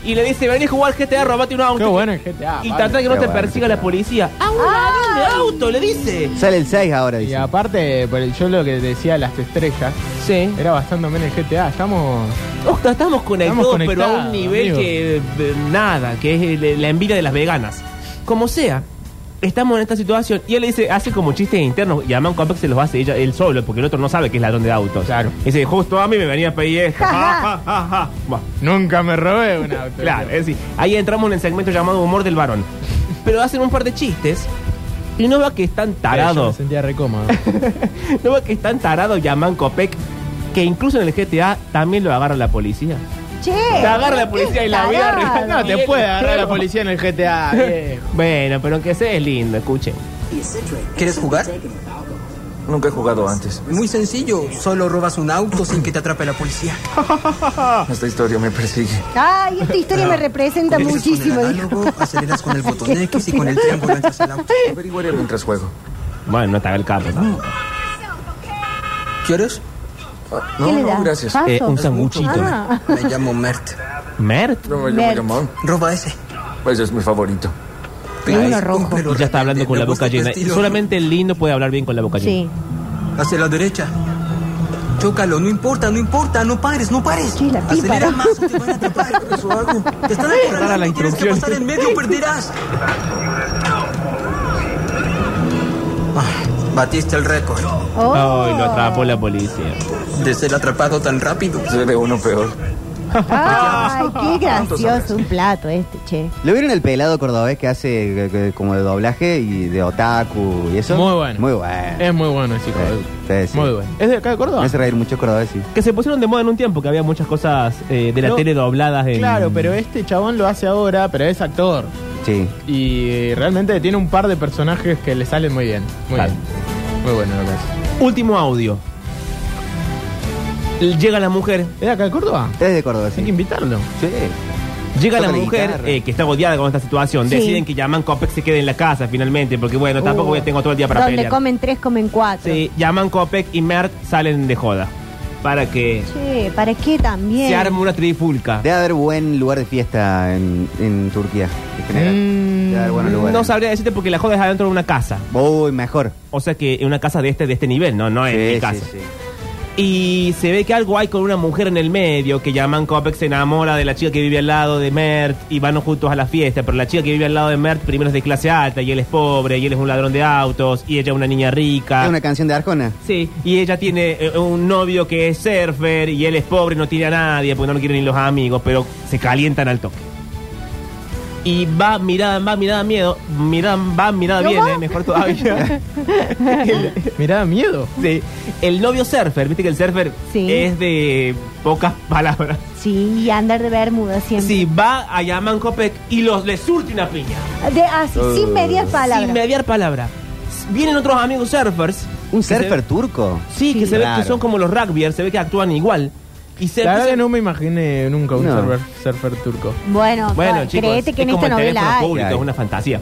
Y le dice, vení a jugar al GTA, robate un auto.
Qué bueno el GTA.
Y
vale.
trata que no
Qué
te
bueno,
persiga la
GTA.
policía. ¡Ah, un ladrón de auto! Le dice.
Sale el 6 ahora,
Y
dice.
aparte, por el- yo lo que decía las estrellas,
Sí.
era bastante menos el GTA. Estamos.
Osta, estamos conectados,
Estamos
pero a un
conectados,
nivel
amigo.
que eh, nada, que es el- la envidia de las veganas. Como sea, estamos en esta situación y él le dice, hace como chistes internos y a Man Compact se los hace ella, él solo, porque el otro no sabe que es ladrón de autos.
Claro.
Dice, justo a mí me venía a pedir esto.
Ja,
Ja,
ja.
ja, ja, ja. Bueno.
Nunca me robé un auto.
Claro, es decir, ahí entramos en el segmento llamado humor del varón. Pero hacen un par de chistes Y no va que es tan
Yo
tarado.
me sentía re cómodo.
no va que es tan tarado Yaman Copec que incluso en el GTA también lo agarra la policía.
Che.
Te agarra la policía y la vida arriba.
No te puede agarrar la policía en el GTA. viejo.
Bueno, pero aunque sea es lindo, escuchen.
¿Quieres jugar?
Nunca he jugado antes.
Muy sencillo, solo robas un auto sin que te atrape la policía.
Esta historia me persigue.
Ay, esta historia me representa
Comienzas
muchísimo.
Con el análogo, aceleras con el botón X y con el triángulo entras al auto.
Averiguaré mientras juego.
Bueno, no está el carro. ¿no?
¿Quieres?
No, no, gracias.
Eh, un sanguchito.
Ah.
Me llamo Mert.
Mert.
No me
Mert.
llamo Gamón.
Roba ese.
Ese es mi favorito.
Pide
Ay,
uno rojo.
y ya está hablando con la boca
este
llena.
este
Solamente el lindo puede hablar bien con la boca
Sí.
llena.
Hacia la derecha. Chócalo, no importa, no importa, no pares, no pares.
Sí, la pipa.
Acelera más o te van a atrapar. Eso hago. Te están
Para la
acorralando, tienes que
instrucción.
pasar en medio, perderás. Ah, Batiste el récord
Oh.
Ay, lo atrapó la policía.
de ser atrapado tan rápido.
Se ve uno peor.
Ay, qué gracioso un plato este, che.
¿Lo vieron el pelado cordobés que hace eh, que- como de doblaje y de otaku y eso?
Muy bueno.
Muy bueno.
Es muy bueno el chico.
Sí, sí.
Muy bueno. ¿Es de acá de Córdoba?
Me hace reír mucho cordobés, sí.
Que se pusieron de moda en un tiempo, que había muchas cosas eh, de la
No.
tele dobladas. En...
Claro, pero este chabón lo hace ahora, pero es actor.
Sí.
Y eh, realmente tiene un par de personajes que le salen muy bien. Muy
Claro.
bien. Muy bueno lo que hace.
Último audio. Llega la mujer.
¿Es de acá de Córdoba?
Es de Córdoba,
Hay que
sí.
invitarlo.
Sí.
Llega
Toca
la
la
mujer
guitarra.
eh, que está odiada con esta situación.
Sí.
Deciden que llaman Copec se quede en la casa finalmente, porque bueno, tampoco
Uh.
voy a tengo todo el día para
Donde
pelear.
comen tres, comen cuatro.
Sí, llaman Copec y Mert salen de joda. Para que
Che, ¿para qué también?
se arme una trifulca.
Debe haber buen lugar de fiesta en, en Turquía, en general. Debe haber buenos lugares.
No sabría decirte porque la joda es adentro de una casa.
Uy, mejor.
O sea que en una casa de este, de este nivel, no, no es mi
Sí,
casa.
sí, sí.
Y se ve que algo hay con una mujer en el medio que llaman Copex se enamora de la chica que vive al lado de Mert y van juntos a la fiesta, pero la chica que vive al lado de Mert primero es de clase alta y él es pobre y él es un ladrón de autos y ella es una niña rica.
¿Es una canción de Arjona?
Sí, y ella tiene eh, un novio que es surfer y él es pobre, no tiene a nadie, pues no lo quieren ni los amigos, pero se calientan al toque. Y va mirada, va mirada miedo, mirada, va mirada
¿Cómo?
bien, eh, mejor todavía. El-
Mirá, miedo.
Sí. El novio surfer, viste que el surfer
Sí.
es de pocas palabras.
Sí, y andar de bermuda siempre.
Sí, va a Yaman Copec y los le surte una piña.
De, así, sin medias palabras.
Uh. Sin mediar palabra. Vienen otros amigos surfers.
¿Un
que se
surfer
ve-
turco?
Sí, que se ve
Claro.
que son como los rugbyers, se ve que actúan igual. Y se
La verdad que
empiezan-
no me imaginé nunca un
No.
surfer, surfer turco.
Bueno,
Bueno,
claro,
chicos,
créete que
es
en
como
esta
el teléfono
novela hay.
público,
Claro.
es una fantasía.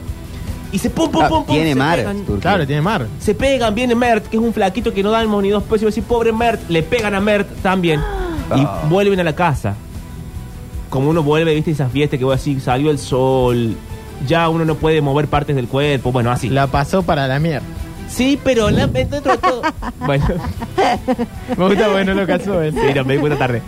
Y se pum, pum,
Ah,
pum, pum,
tiene
se
mar,
pegan.
Turquía.
Claro, tiene mar.
Se pegan, viene Mert, que es un flaquito que no da ni dos pesos. Y decir, pobre Mert, le pegan a Mert también. Y vuelven a la casa. Como uno vuelve, viste, esas fiestas que voy a decir, salió el sol, ya uno no puede mover partes del cuerpo, bueno, así.
La pasó para la mierda.
Sí, pero la, dentro de todo. bueno,
Me gusta bueno lo casó él.
sí, no, me di cuenta tarde.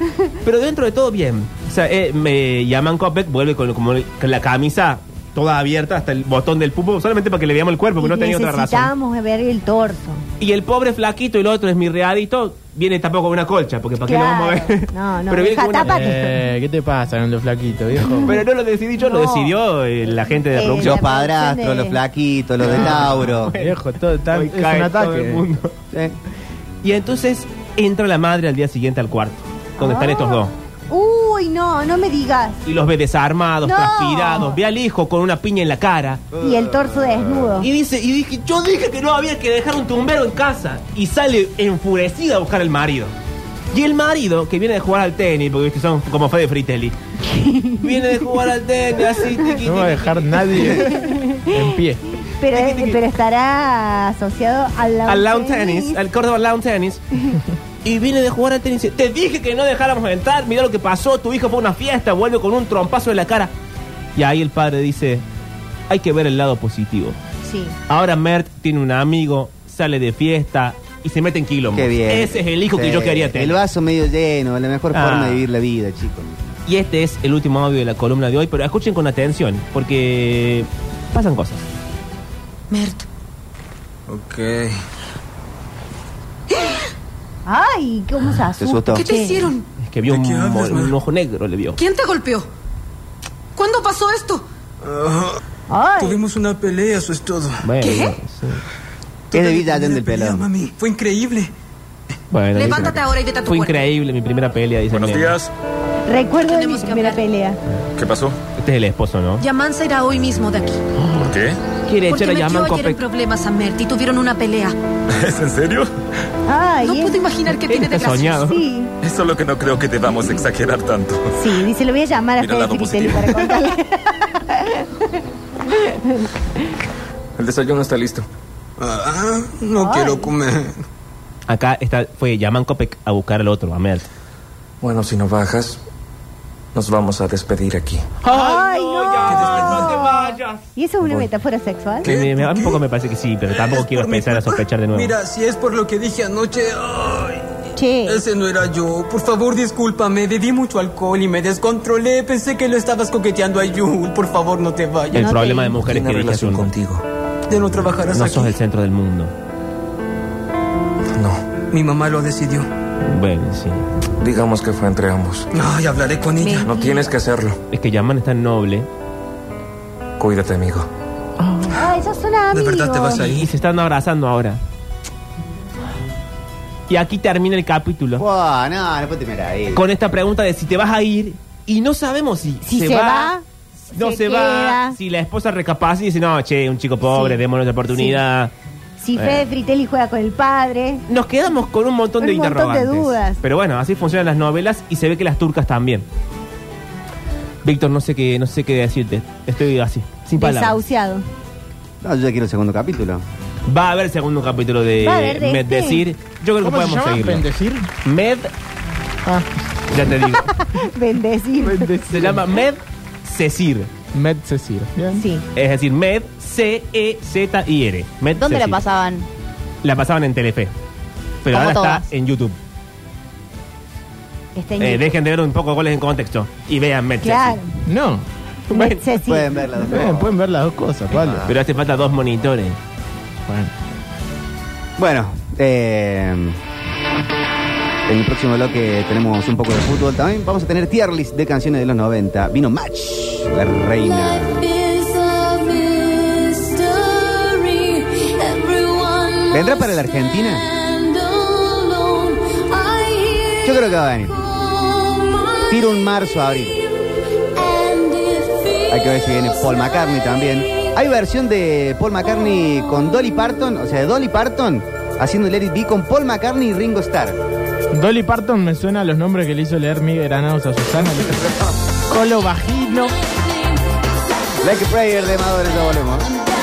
Pero dentro de todo, bien. O sea, eh, me llaman Copet, vuelve con, como el- con la camisa toda abierta hasta el botón del pupo, solamente para que le veamos el cuerpo,
Y
porque no tenía otra razón.
Necesitamos ver el torso.
Y el pobre flaquito y el otro es mi readito, viene tampoco con una colcha, porque para qué lo vamos a ver.
Claro. No, no,
Pero viene
deja
con una-
tapa.
Eh, ¿Qué te pasa con lo flaquito, viejo?
Pero no lo decidí yo,
No.
lo decidió eh, la gente de
Eh,
producción.
Los
la
padrastros,
producción de-
los flaquitos, los de Tauro.
viejo, todo está,
Hoy
es un
cae todo
ataque.
el mundo.
Sí.
Y entonces entra la madre al día siguiente al cuarto, donde están
Ah.
estos dos.
Uy, no, no me digas.
Y los ve desarmados,
No.
transpirados, ve al hijo con una piña en la cara.
Y el torso desnudo.
Y dice, y dije, yo dije que no había que dejar un tumbero en casa. Y sale enfurecida a buscar al marido. Y el marido, que viene de jugar al tenis, porque viste, son como Fede Fritelli. viene de jugar al tenis, así, tiqui,
No va a
tiqui,
dejar
tiqui.
nadie en pie.
Pero,
Tiki, tiki.
pero estará asociado al lawn,
Al lawn tennis, al Córdoba lawn tennis. Y viene de jugar al tenis. y dice, Te dije que no dejáramos entrar, mira lo que pasó, tu hijo fue a una fiesta, vuelve con un trompazo en la cara. Y ahí el padre dice, hay que ver el lado positivo.
Sí.
Ahora Mert tiene un amigo, sale de fiesta y se mete en quilombo.
Qué bien.
Ese es el hijo que
Sí.
yo quería tener.
El vaso medio lleno, la mejor
Ah.
forma de vivir la vida, chicos.
Y este es el último audio de la columna de hoy, pero escuchen con atención, porque pasan cosas.
Mert,
Ok.
Ay, cómo se asusta.
asustó.
¿qué te
che.
hicieron?
Es que vio
¿De
un,
qué hablas,
mo- un
Mar?
ojo negro, le vio.
¿Quién te golpeó? ¿Cuándo pasó esto?
Tuvimos una pelea, eso es todo.
Bueno, ¿Qué?
Es de vida del pelado.
Mami, fue increíble.
Bueno,
Levántate
dice-
ahora pues. y vete a tu
Fue
cuarto.
increíble mi primera pelea, dice.
Buenos
el nene.
días.
Recuerdo de mi primera pelea.
¿Qué pasó?
Este es el esposo, ¿no?
Yamán se irá hoy mismo de aquí.
¿Por qué?
Quiere
Porque
echar a
metió
Yamán
ayer en problemas a Mert y tuvieron una pelea.
¿Es en serio?
no puedo imaginar que tiene de
está
gracioso.
soñado.
Sí,
Es solo que no creo que debamos exagerar tanto.
sí, dice, lo voy a llamar a
Mira el
Fede
lado
Fipitelli
positivo.
para contarle.
El desayuno está listo.
Ah, no quiero comer.
Acá está, fue Yaman Copec a buscar al otro, a Mert.
Bueno, si no bajas, nos vamos a despedir aquí.
¡Ay, no! ¿Y eso es una metáfora sexual?
Me- me- a mí un poco me parece que sí, pero tampoco quiero empezar a sospechar de nuevo.
Mira, si es por lo que dije anoche, ay, ese no era yo. Por favor, discúlpame, bebí mucho alcohol y me descontrolé. Pensé que lo estabas coqueteando a Yul. Por favor, no te vayas.
el problema de mujeres que
Tiene
dije hace
relación
un-
contigo.
Ya no trabajarás
No
aquí.
sos el centro del mundo.
No.
Mi mamá lo decidió.
Bueno, sí.
Digamos que fue entre ambos.
Ay, hablaré con ella.
No tienes que hacerlo.
Es que Yaman es tan noble.
Cuídate, amigo.
Ay, eso suena amigo.
Y se están abrazando ahora. Y aquí termina el capítulo.
Buah, no, no puedo temer ahí.
Con esta pregunta de si te vas a ir. Y no sabemos si,
Si se va,
no se,
se
va.
queda.
Si la esposa recapacita y dice, no, che, un chico pobre,
Sí.
démonos la oportunidad.
Si
Eh.
Fede Fritelli juega con el padre.
Nos quedamos con un montón
Un
de
montón de
interrogantes.
dudas.
Pero bueno, así funcionan las novelas y se ve que las turcas también. Víctor, no sé qué, no sé qué decirte. Estoy así, sin palabras.
Desahuciado.
No, yo ya quiero el segundo capítulo.
Va a haber segundo capítulo de
Va a haber de este.
Meddecir. Yo creo que
¿Cómo se
podemos
llama?
seguirlo.
¿Bendecir?
Med,
Ah,
ya te digo.
Bendecido.
se llama Med Cecir.
Medcecir. Bien.
Sí.
Es decir, Med C E Z I R. Med
¿Dónde la
Cecir.
pasaban?
La pasaban en Telefe. Pero
Como
ahora
todas.
está en YouTube.
Está en
Eh,
YouTube.
dejen de ver un poco goles en contexto y vean Med Cecir.
este Claro.
No.
Bueno,
Ceci.
Pueden verla
Bien,
después.
pueden ver las dos cosas, vale.
Pero hace falta dos monitores.
Bueno.
Bueno, eh, en el próximo bloque tenemos un poco de fútbol también. Vamos a tener tier list de canciones de los 90. Vino Match, la reina.
¿Vendrá para la Argentina?
Yo creo que va a venir. Tiro un marzo a abril. Hay que ver si viene Paul McCartney también. Hay versión de Paul McCartney con Dolly Parton, o sea, de Dolly Parton haciendo el Let It Be con Paul McCartney y Ringo Starr.
Dolly Parton me suena a los nombres que le hizo leer Miguel Granados a Susana. Colo Vagino.
Like a Prayer de Madonna, ya volvemos.